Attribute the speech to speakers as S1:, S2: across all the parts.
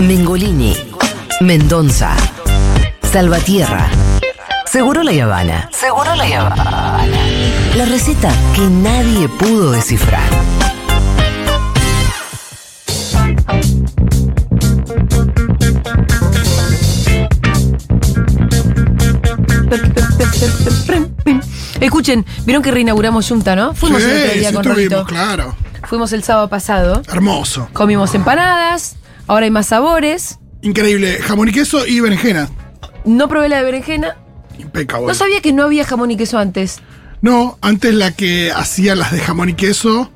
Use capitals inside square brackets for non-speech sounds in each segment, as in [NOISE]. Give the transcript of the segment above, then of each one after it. S1: Mengolini, Mendoza, Salvatierra. Seguro la Habana. Seguro la Habana. La receta que nadie pudo descifrar.
S2: Escuchen, vieron que reinauguramos Junta, ¿no? Fuimos
S3: sí,
S2: el otro día
S3: sí
S2: con
S3: tuvimos,
S2: Rorrito.
S3: claro.
S2: Fuimos el sábado pasado.
S3: Hermoso.
S2: Comimos empanadas, ahora hay más sabores.
S3: Increíble. Jamón y queso y berenjena.
S2: No probé la de berenjena.
S3: Impecable.
S2: No sabía que no había jamón y queso antes.
S3: No, antes la que hacía las de jamón y queso.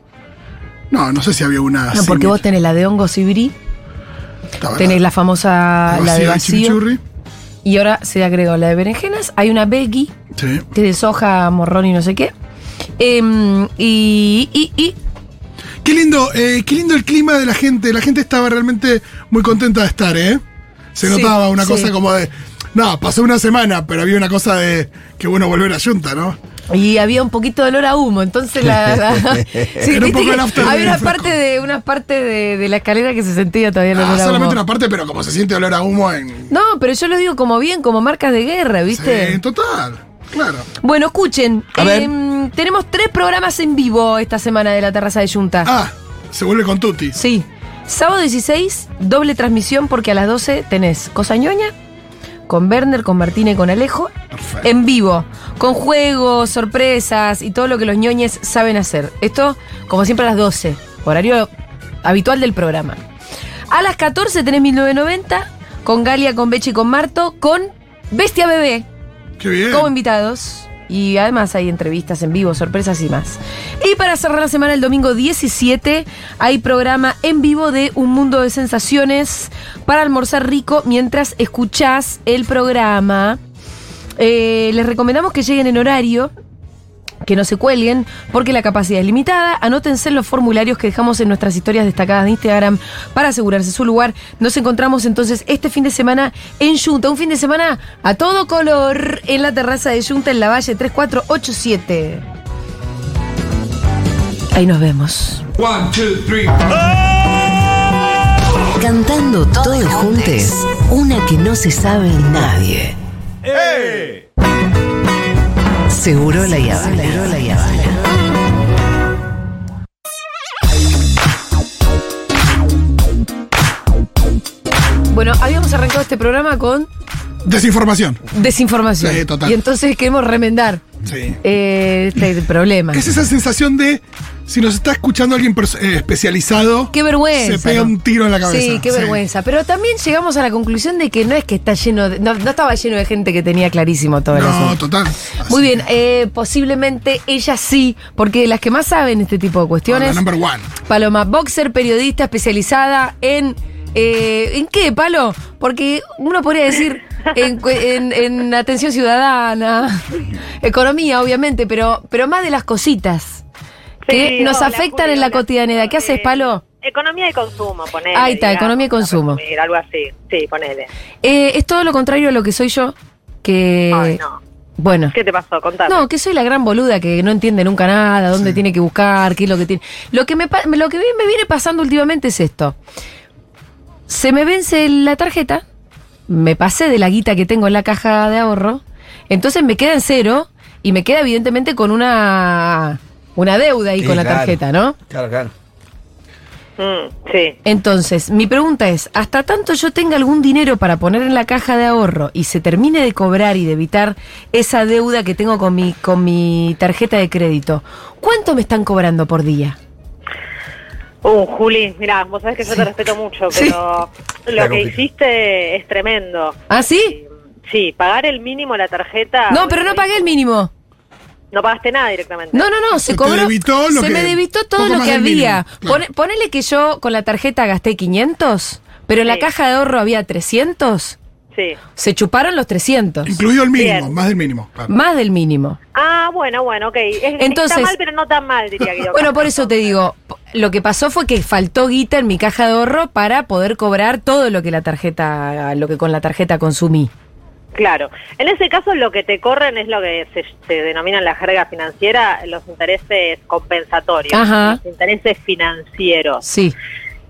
S3: No, no sé si había una.
S2: No, porque
S3: símil.
S2: vos tenés la de hongos y brie,
S3: Estaba
S2: tenés la famosa, la de vacío,
S3: chimichurri.
S2: y ahora se agregó la de berenjenas. Hay una veggie,
S3: Sí.
S2: que es de soja, morrón y no sé qué. Em, y, y, y
S3: Qué lindo, eh, qué lindo el clima de la gente. La gente estaba realmente muy contenta de estar, ¿eh? Se
S2: Sí,
S3: notaba una
S2: sí.
S3: cosa como de. No, pasó una semana, pero había una cosa de. Qué bueno volver a Junta, ¿no?
S2: Y había un poquito de olor a humo, entonces
S3: [LAUGHS]
S2: la. la- sí,
S3: Era un
S2: viste
S3: poco
S2: que
S3: el after
S2: había
S3: del
S2: una
S3: fresco.
S2: parte, de, una parte de, de la escalera que se sentía todavía el
S3: Ah,
S2: olor a humo.
S3: solamente una parte, pero como se siente olor a humo en.
S2: No, pero yo lo digo como bien, como marcas de guerra, ¿viste?
S3: Sí, total. Claro.
S2: Bueno, escuchen,
S4: A ver.
S2: em, tenemos tres programas en vivo esta semana de la terraza de Junta.
S3: Ah, se vuelve con Tuti.
S2: Sí. Sábado 16, doble transmisión porque a las 12 tenés Cosa Ñoña, con Werner, con Martina y con Alejo,
S3: Perfecto.
S2: en vivo, con juegos, sorpresas y todo lo que los ñoñes saben hacer. Esto, como siempre, a las 12, horario habitual del programa. A las 14 tenés 1990, con Galia, con Beche y con Marto, con Bestia Bebé
S3: Qué bien.
S2: como invitados. Y además hay entrevistas en vivo, sorpresas y más. Y para cerrar la semana, el domingo 17, hay programa en vivo de Un Mundo de Sensaciones para almorzar rico mientras escuchás el programa. Eh, les recomendamos que lleguen en horario, que no se cuelguen, porque la capacidad es limitada. Anótense en los formularios que dejamos en nuestras historias destacadas de Instagram para asegurarse su lugar. Nos encontramos entonces este fin de semana en Junta, un fin de semana a todo color en la terraza de Junta en la Valle 3487. Ahí nos vemos.
S1: Cantando todos juntos, una que no se sabe nadie. Seguro la Habana. Seguro la Habana.
S2: Bueno, habíamos arrancado este programa con
S3: Desinformación.
S2: desinformación.
S3: Sí, total.
S2: Y entonces queremos remendar
S3: Sí.
S2: eh, este problema.
S3: Es esa sensación de si nos está escuchando alguien pers- eh, especializado.
S2: Qué vergüenza.
S3: Se pega
S2: ¿no?
S3: un tiro en la cabeza.
S2: Sí, qué vergüenza. Pero también llegamos a la conclusión de que no es que está lleno, de- no, no estaba lleno de gente que tenía clarísimo todo el
S3: No,
S2: asunto.
S3: total.
S2: Muy bien, eh, posiblemente ella sí, porque las que más saben este tipo de
S3: La
S2: cuestiones.
S3: number one.
S2: Paloma Boxer, periodista especializada en. eh, ¿En qué, Palo? Porque uno podría decir en, cu- en- en atención ciudadana, economía, obviamente, pero, pero más de las cositas que
S5: Sí,
S2: nos
S5: hola,
S2: afectan
S5: Juli,
S2: en la
S5: hola.
S2: cotidianidad. ¿Qué haces,
S5: Eh,
S2: Palo?
S5: Economía y consumo, ponele.
S2: Ahí está,
S5: digamos,
S2: economía y
S5: para
S2: consumo.
S5: resumir, algo así, sí, ponele.
S2: Eh, es todo lo contrario a lo que soy yo, que...
S5: Ay, no.
S2: Bueno.
S5: ¿Qué te pasó?
S2: Eh,
S5: Contame.
S2: No, que soy la gran boluda que no entiende nunca nada, dónde tiene que buscar, qué es lo que tiene. Lo que, me, pa- lo que me viene pasando últimamente es esto. Se me vence la tarjeta, me pasé de la guita que tengo en la caja de ahorro, entonces me queda en cero y me queda evidentemente con una, una deuda ahí
S4: Sí,
S2: con la
S4: claro.
S2: tarjeta, ¿no?
S4: Claro, claro.
S5: Mm, sí.
S2: Entonces, mi pregunta es, hasta tanto yo tenga algún dinero para poner en la caja de ahorro y se termine de cobrar y de evitar esa deuda que tengo con mi, con mi tarjeta de crédito, ¿cuánto me están cobrando por día?
S5: Uh, Juli, mirá, vos sabés que yo te respeto mucho,
S2: Sí.
S5: pero
S4: Está
S5: lo que
S4: complicado.
S5: hiciste es tremendo.
S2: ¿Ah, sí?
S5: Sí, pagar el mínimo la tarjeta.
S2: No, pero no pagué el mínimo.
S5: No pagaste nada directamente.
S2: No, no, no, se
S3: te
S2: cobró.
S3: debitó lo
S2: se
S3: que-
S2: me debitó todo
S3: poco
S2: lo
S3: más
S2: que
S3: del mínimo,
S2: había.
S3: claro.
S2: Pone- ponele que yo con la tarjeta gasté 500, pero en la
S5: Sí.
S2: caja de ahorro había 300.
S5: Sí.
S2: Se chuparon los 300.
S3: Incluido el mínimo,
S5: Bien.
S3: más del mínimo. claro.
S2: Más del mínimo.
S5: Ah, bueno, bueno, ok. Es-
S2: Entonces-
S5: está mal, pero no tan mal, diría que
S2: [LAUGHS]
S5: yo.
S2: Bueno, por eso te digo, p- lo que pasó fue que faltó guita en mi caja de ahorro para poder cobrar todo lo que la tarjeta, lo que con la tarjeta consumí.
S5: Claro. En ese caso, lo que te corren es lo que se, se denomina en la jerga financiera los intereses compensatorios,
S2: Ajá.
S5: los intereses financieros.
S2: Sí.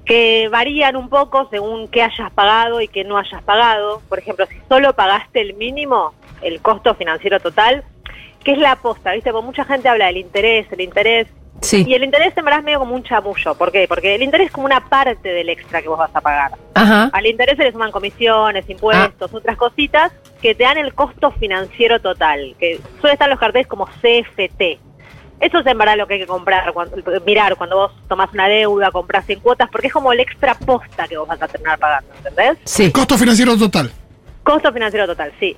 S5: que varían un poco según qué hayas pagado y qué no hayas pagado. Por ejemplo, si solo pagaste el mínimo, el costo financiero total, que es la aposta, ¿viste? Porque mucha gente habla del interés, el interés.
S2: Sí.
S5: Y el interés en verdad es medio como un chamullo. ¿Por qué? Porque el interés es como una parte del extra que vos vas a pagar.
S2: Ajá.
S5: Al interés se le suman comisiones, impuestos, otras cositas que te dan el costo financiero total, que suelen estar los carteles como CFT. Eso es en verdad lo que hay que comprar, cuando- mirar cuando vos tomás una deuda, compras en cuotas, porque es como el extra posta que vos vas a terminar pagando, ¿entendés?
S2: Sí.
S3: Costo financiero total.
S5: Costo financiero total, sí.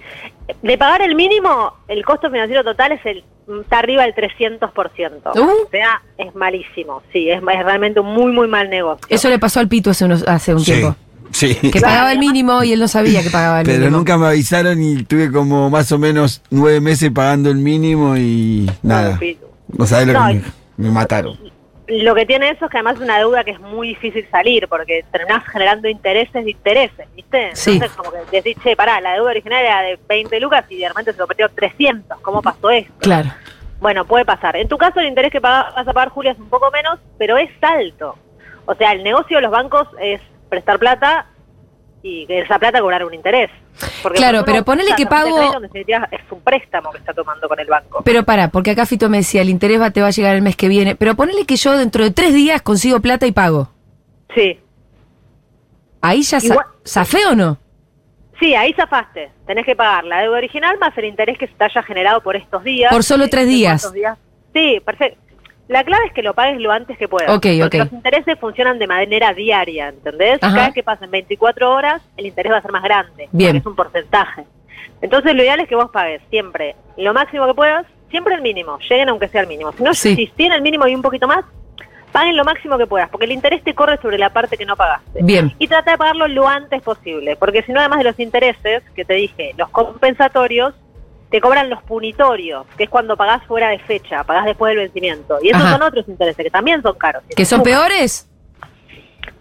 S5: De pagar el mínimo, el costo financiero total es el está arriba del 300%.
S2: Uh.
S5: O sea, es malísimo, sí, es, es realmente un muy, muy mal negocio.
S2: Eso le pasó al Pito hace, unos, hace un tiempo.
S4: Sí.
S2: Que pagaba el mínimo y él no sabía que pagaba el
S4: Pero
S2: mínimo.
S4: nunca me avisaron y tuve como más o menos nueve meses pagando el mínínimo y nada. No sabés lo
S5: No,
S4: que
S5: y-
S4: me, me mataron.
S5: Lo que tiene eso es que además es una deuda que es muy difícil salir, porque terminás generando intereses de intereses, ¿viste?
S2: Sí.
S5: Entonces, como que decís, che, pará, la deuda original era de 20 lucas y de repente se convirtió en 300. ¿Cómo pasó esto?
S2: Claro.
S5: Bueno, puede pasar. En tu caso, el interés que paga- vas a pagar, Julia, es un poco menos, pero es alto. O sea, el negocio de los bancos es prestar plata y que esa plata cobrar un interés. Porque
S2: Claro,
S5: cuando
S2: pero
S5: uno
S2: ponele
S5: usa
S2: que
S5: tarjeta de
S2: pago-
S5: crédito, en definitiva, Es un préstamo que está tomando con el banco.
S2: Pero para, porque acá Fito me decía, el interés va, te va a llegar el mes que viene. Pero ponele que yo dentro de tres días consigo plata y pago.
S5: Sí.
S2: Ahí ya sa-
S5: Igual-
S2: zafé o no.
S5: Sí, ahí zafaste. Tenés que pagar la deuda original más el interés que se te haya generado por estos días.
S2: Por solo tres
S5: Eh,
S2: días.
S5: ¿cuántos Sí, perfecto. La clave es que lo pagues lo antes que puedas.
S2: Ok,
S5: porque
S2: ok.
S5: Los intereses funcionan de manera diaria, ¿entendés?
S2: Ajá.
S5: Cada vez que pasen 24 horas, el interés va a ser más grande.
S2: Bien.
S5: porque Es un porcentaje. Entonces, lo ideal es que vos pagues siempre lo máximo que puedas, siempre el mínimo. Lleguen aunque sea el mínimo. Si no,
S2: Sí.
S5: si tienen el mínimo y un poquito más, paguen lo máximo que puedas, porque el interés te corre sobre la parte que no pagaste.
S2: Bien.
S5: Y trata de pagarlo lo antes posible, porque si no, además de los intereses que te dije, los compensatorios, te cobran los punitorios, que es cuando pagás fuera de fecha, pagás después del vencimiento. Y esos
S2: Ajá.
S5: son otros intereses que también son caros.
S2: ¿Que son
S5: Suma.
S2: peores?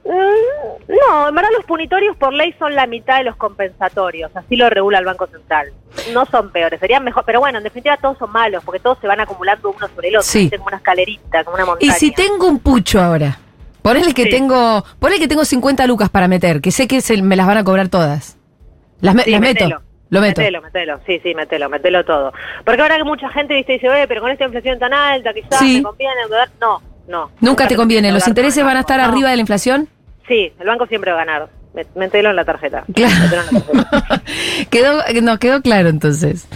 S5: Mm, No, en verdad los punitorios por ley son la mitad de los compensatorios, así lo regula el Banco Central. No son peores, serían mejor, pero bueno, en definitiva todos son malos, porque todos se van acumulando uno sobre el otro,
S2: Sí.
S5: es como una escalerita, como una
S2: Y
S5: montaña.
S2: si tengo un pucho ahora. Ponele que
S5: Sí.
S2: tengo, ponele que tengo 50 lucas para meter, que sé que se- me las van a cobrar todas. Las, me-
S5: Sí,
S2: las meto.
S5: metelo.
S2: Lo meto.
S5: Metelo, metelo, sí, sí, metelo, metelo todo. Porque ahora que mucha gente viste dice, oye, pero con esta inflación tan alta, quizás
S2: Sí.
S5: me conviene endeudar". No, no.
S2: Nunca te conviene. ¿Los
S5: endeudar
S2: intereses
S5: con el
S2: van a estar
S5: banco, no.
S2: arriba de la inflación?
S5: Sí, el banco siempre va a ganar. Me- Metelo en la tarjeta.
S2: Claro.
S5: Metelo en la tarjeta.
S2: quedó, no, quedó claro entonces.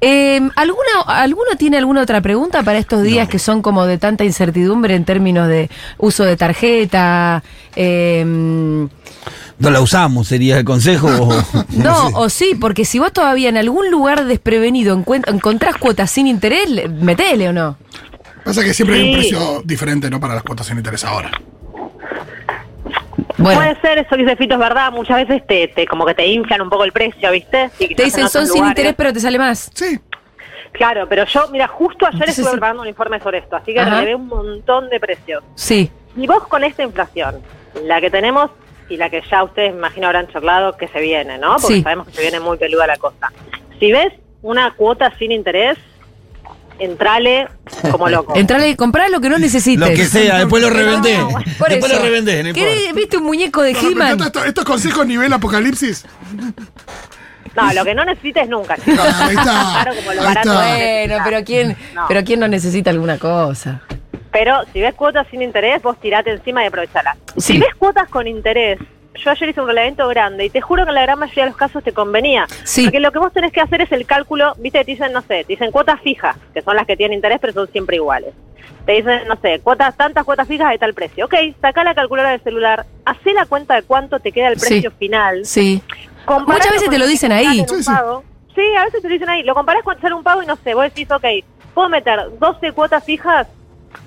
S2: Eh, ¿alguna, ¿Alguno tiene alguna otra pregunta para estos días que son como de tanta incertidumbre en términos de uso de tarjeta? Eh, no,
S4: No la usamos, sería el consejo.
S2: [LAUGHS]
S4: o- [LAUGHS] sé.
S2: o sí, porque si vos todavía en algún lugar desprevenido encuent- encontrás cuotas sin interés, le- metele o no.
S3: Pasa que siempre hay un
S5: Sí.
S3: precio diferente, ¿no? Para las cuotas sin interés ahora.
S2: [LAUGHS] Bueno,
S5: Puede ser, eso que dice Fito es verdad, muchas veces te, te como que te inflan un poco el precio, ¿viste? Y quizás
S2: te
S5: en eh".
S2: dicen
S5: otros
S2: son sin
S5: lugares.
S2: interés, pero te sale más.
S3: Sí.
S5: Claro, pero yo, mira, justo ayer
S2: Entonces,
S5: estuve
S2: sí.
S5: preparando un informe sobre esto, así que
S2: Ajá.
S5: relevé un montón de precios.
S2: Sí,
S5: Y vos con esta inflación, la que tenemos y la que ya ustedes me imagino habrán charlado que se viene, ¿no? Porque
S2: Sí.
S5: sabemos que se viene muy peluda la cosa. Si ves una cuota sin interés, entrale
S3: [LAUGHS]
S5: como loco.
S2: entrale y comprá lo que no necesites.
S4: Lo que sea, después lo revendé.
S5: No, bueno,
S2: Por
S4: después
S2: eso.
S4: lo revendé, no
S2: ¿Querés-
S4: importa.
S2: ¿Viste un muñeco de
S3: No, no, me
S2: He-Man?
S3: encanta esto- estos consejos nivel apocalipsis.
S5: No, lo que no necesites nunca. chicos.
S3: Ah, ahí está.
S5: Claro, como lo
S3: Ahí
S5: barato
S3: está.
S5: es.
S2: Bueno, pero quién,
S5: No.
S2: pero quién no necesita alguna cosa.
S5: Pero si ves cuotas sin interés, vos tirate encima y aprovechala.
S2: Sí.
S5: Si ves cuotas con interés, yo ayer hice un relevamiento grande y te juro que en la gran mayoría de los casos te convenía.
S2: Sí.
S5: Porque lo que vos tenés que hacer es el cálculo, viste, te dicen, no sé, te dicen cuotas fijas, que son las que tienen interés pero son siempre iguales. Te dicen, no sé, cuotas, tantas cuotas fijas de tal precio. Ok, sacá la calculadora del celular, hacé la cuenta de cuánto te queda el
S2: Sí.
S5: precio final.
S2: Sí.
S5: Comparás
S2: Muchas veces
S5: con
S2: te lo
S5: que
S2: dicen
S5: te
S2: ahí.
S5: dan en
S3: Sí,
S5: un
S3: sí.
S5: pago. Sí, a veces te lo dicen ahí. Lo comparás con hacer un pago y no sé, vos decís, ok, puedo meter 12 cuotas fijas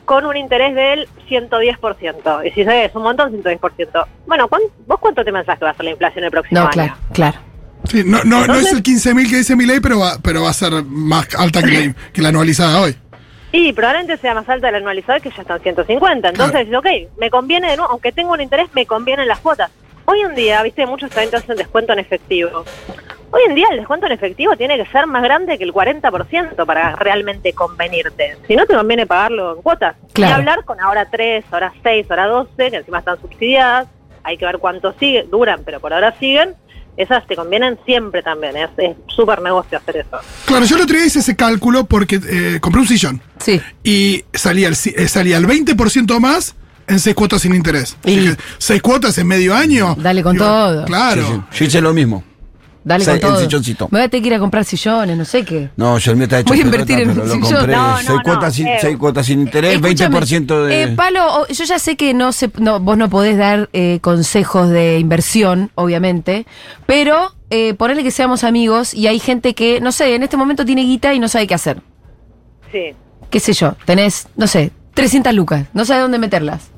S5: con un interés del 110%. Y si es un montón 110%. Bueno, ¿cuán- ¿vos cuánto te pensás que va a ser la inflación el próximo
S2: No,
S5: año?
S2: claro, claro.
S3: Sí, no, no, no es
S5: Entonces-
S3: el 15.000 que dice mi ley, pero va, pero va a ser más alta que la, que la anualizada hoy.
S5: Y probablemente sea más alta la anualizada que ya están 150. Entonces, ok, me conviene de nuevo, aunque tengo un interés, me convienen las cuotas. Hoy en día, viste, muchos también te hacen descuento en efectivo. Hoy en día el descuento en efectivo tiene que ser más grande que el 40% para realmente convenirte. Si no te conviene pagarlo en cuotas.
S2: Claro.
S5: Y hablar con ahora 3, ahora 6, ahora 12, que encima están subsidiadas. hay que ver cuánto sigue, duran, pero por ahora siguen. Esas te convienen siempre también, es es súper negocio hacer eso.
S3: Claro, yo el otro día hice ese cálculo porque eh, compré un sillón
S2: Sí.
S3: y salía el, si- eh, salía el 20% más en seis cuotas sin interés.
S2: Y-
S3: Dije, seis cuotas en medio año.
S2: Dale con
S3: Digo,
S2: todo.
S3: Claro.
S4: Sí, sí. Yo hice lo mismo.
S2: Dale
S4: Sí,
S2: con
S4: el
S2: todo.
S4: silloncito.
S2: Me voy a tener que ir a comprar sillones, no sé qué.
S4: No, yo el mío está hecho
S2: Voy a invertir en
S4: pero
S2: un
S4: lo
S2: sillón.
S4: compré.
S5: No, no,
S4: seis,
S5: no,
S4: cuotas sin,
S5: eh.
S4: seis cuotas sin interés,
S2: Escúchame,
S4: 20% de.
S2: eh, Palo, o- yo ya sé que no se, no, vos no podés dar eh, consejos de inversión, obviamente, pero eh, ponele que seamos amigos y hay gente que, no sé, en este momento tiene guita y no sabe qué hacer.
S5: Sí.
S2: ¿Qué sé yo? Tenés, no sé, 300 lucas, no sabe dónde meterlas.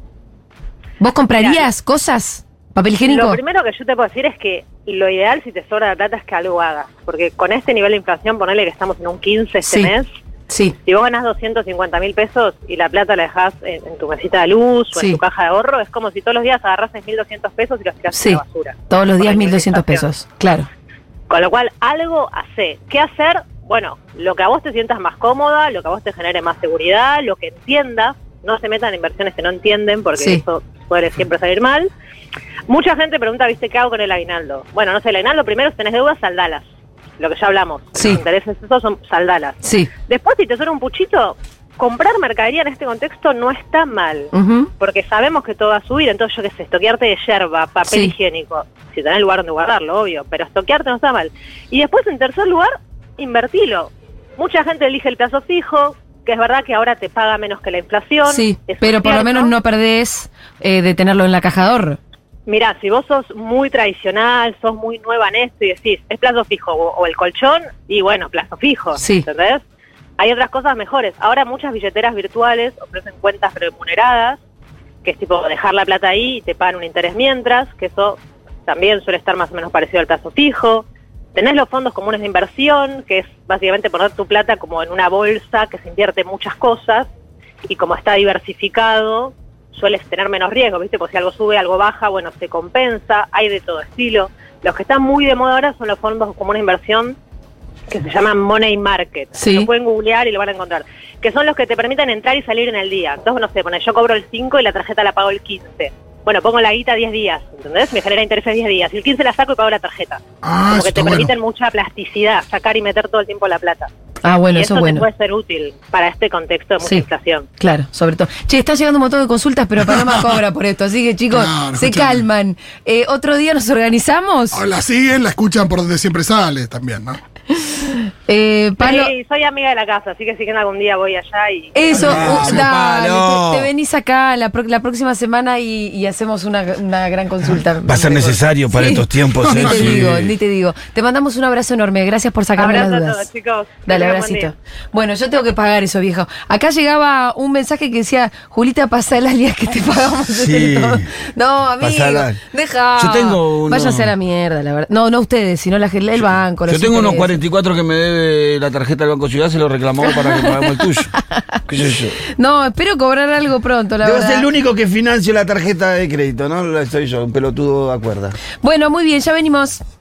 S2: ¿Vos comprarías cosas? ¿Papel
S5: Lo
S2: higiénico?
S5: primero que yo te puedo decir es que lo ideal si te sobra la plata es que algo hagas, porque con este nivel de inflación, ponele que estamos en un 15 este
S2: Sí.
S5: mes,
S2: Sí.
S5: si vos ganás 250 mil pesos y la plata la dejás en, en tu mesita de luz o
S2: Sí.
S5: en tu caja de ahorro, es como si todos los días agarrases 1.200 pesos y los tirás
S2: Sí.
S5: en la basura.
S2: Todos los
S5: Por
S2: días
S5: la
S2: 1.200
S5: inflación.
S2: pesos. Claro.
S5: Con lo cual, algo hace. ¿Qué hacer? Bueno, lo que a vos te sientas más cómoda, lo que a vos te genere más seguridad, lo que entiendas. No se metan en inversiones que no entienden porque
S2: Sí.
S5: eso puede siempre salir mal. Mucha gente pregunta, ¿viste qué hago con el aguinaldo? Bueno, no sé, el aguinaldo primero, si tenés deudas, saldalas. Lo que ya hablamos.
S2: Sí.
S5: Los intereses esos son saldalas.
S2: Sí.
S5: Después, si te suena un puchito, comprar mercadería en este contexto no está mal.
S2: Ujú.
S5: Porque sabemos que todo va a subir, entonces yo qué sé, estoquearte de yerba, papel
S2: Sí.
S5: higiénico, si tenés lugar donde guardarlo, obvio, pero estoquearte no está mal. Y después, en tercer lugar, invertilo. Mucha gente elige el plazo fijo, que es verdad que ahora te paga menos que la inflación.
S2: Sí,
S5: eso es
S2: pero por lo
S5: cierto.
S2: menos no perdés eh, de tenerlo en la caja de ahorro.
S5: Mirá, si vos sos muy tradicional, sos muy nueva en esto y decís, es plazo fijo o, o el colchón, y bueno, plazo fijo,
S2: Sí.
S5: ¿entendés? Hay otras cosas mejores. Ahora muchas billeteras virtuales ofrecen cuentas remuneradas, que es tipo dejar la plata ahí y te pagan un interés mientras, que eso también suele estar más o menos parecido al plazo fijo. Tenés los fondos comunes de inversión, que es básicamente poner tu plata como en una bolsa que se invierte en muchas cosas y como está diversificado, sueles tener menos riesgo, ¿viste? Porque si algo sube, algo baja, bueno, se compensa, hay de todo estilo. Los que están muy de moda ahora son los fondos comunes de inversión que se llaman Money Market.
S2: Sí.
S5: Lo pueden googlear y lo van a encontrar. Que son los que te permiten entrar y salir en el día. Entonces, no sé, pone yo cobro el 5 y la tarjeta la pago el 15. Bueno, pongo la guita 10 días, ¿entendés? Me genera intereses 10 días. Y el 15 la saco y pago la tarjeta.
S3: Ah, eso
S5: Porque
S3: está
S5: te
S3: bueno.
S5: permiten mucha plasticidad, sacar y meter todo el tiempo la plata.
S2: Ah, bueno,
S5: y
S2: eso
S5: eso
S2: es
S5: te
S2: bueno.
S5: puede ser útil para este contexto de mucha
S2: Sí.
S5: inflación.
S2: Claro, sobre todo. Che, está llegando un montón de consultas, pero Paloma cobra por esto. Así que, chicos,
S3: Claro,
S2: se
S3: escúchame.
S2: calman. Eh, ¿Otro día nos organizamos?
S3: O la siguen, la escuchan por donde siempre sale también, ¿no?
S2: Eh, Palo,
S5: Sí, soy amiga de la casa, así que si quieren algún día voy allá y...
S2: eso,
S4: Vamos,
S2: uh, dale,
S4: Palo.
S2: te, te venís acá la, pro- la próxima semana y, y hacemos una, una gran consulta.
S4: Va a ser necesario para
S2: [LAUGHS]
S4: estos tiempos,
S2: Ni
S4: ¿eh?
S2: te
S4: Sí.
S2: digo, ni te digo. Te mandamos un abrazo enorme. Gracias por sacarme
S5: Abrazo
S2: las
S5: a
S2: dudas.
S5: todos, chicos.
S2: Dale,
S5: Que tengan buen
S2: abracito. Bueno, yo tengo que pagar eso, viejo. Acá llegaba un mensaje que decía, Julita, pasa el alias que te pagamos.
S4: Sí.
S2: No, amigo,
S4: Pasala.
S2: deja.
S4: Yo tengo uno-
S2: Váyase a la mierda, la verdad. No, no ustedes, sino la, gen- el banco.
S4: Yo
S2: los
S4: tengo unos
S2: intereses.
S4: 44 que me debe la tarjeta del Banco Ciudad, se lo reclamamos para que paguemos el tuyo. ¿Qué sé yo?
S2: [LAUGHS] No, espero cobrar algo pronto, la
S4: Debo
S2: verdad.
S4: ser el único que financio la tarjeta de crédito, ¿no? La- Soy yo, un pelotudo acuerda.
S2: Bueno, muy bien, ya venimos.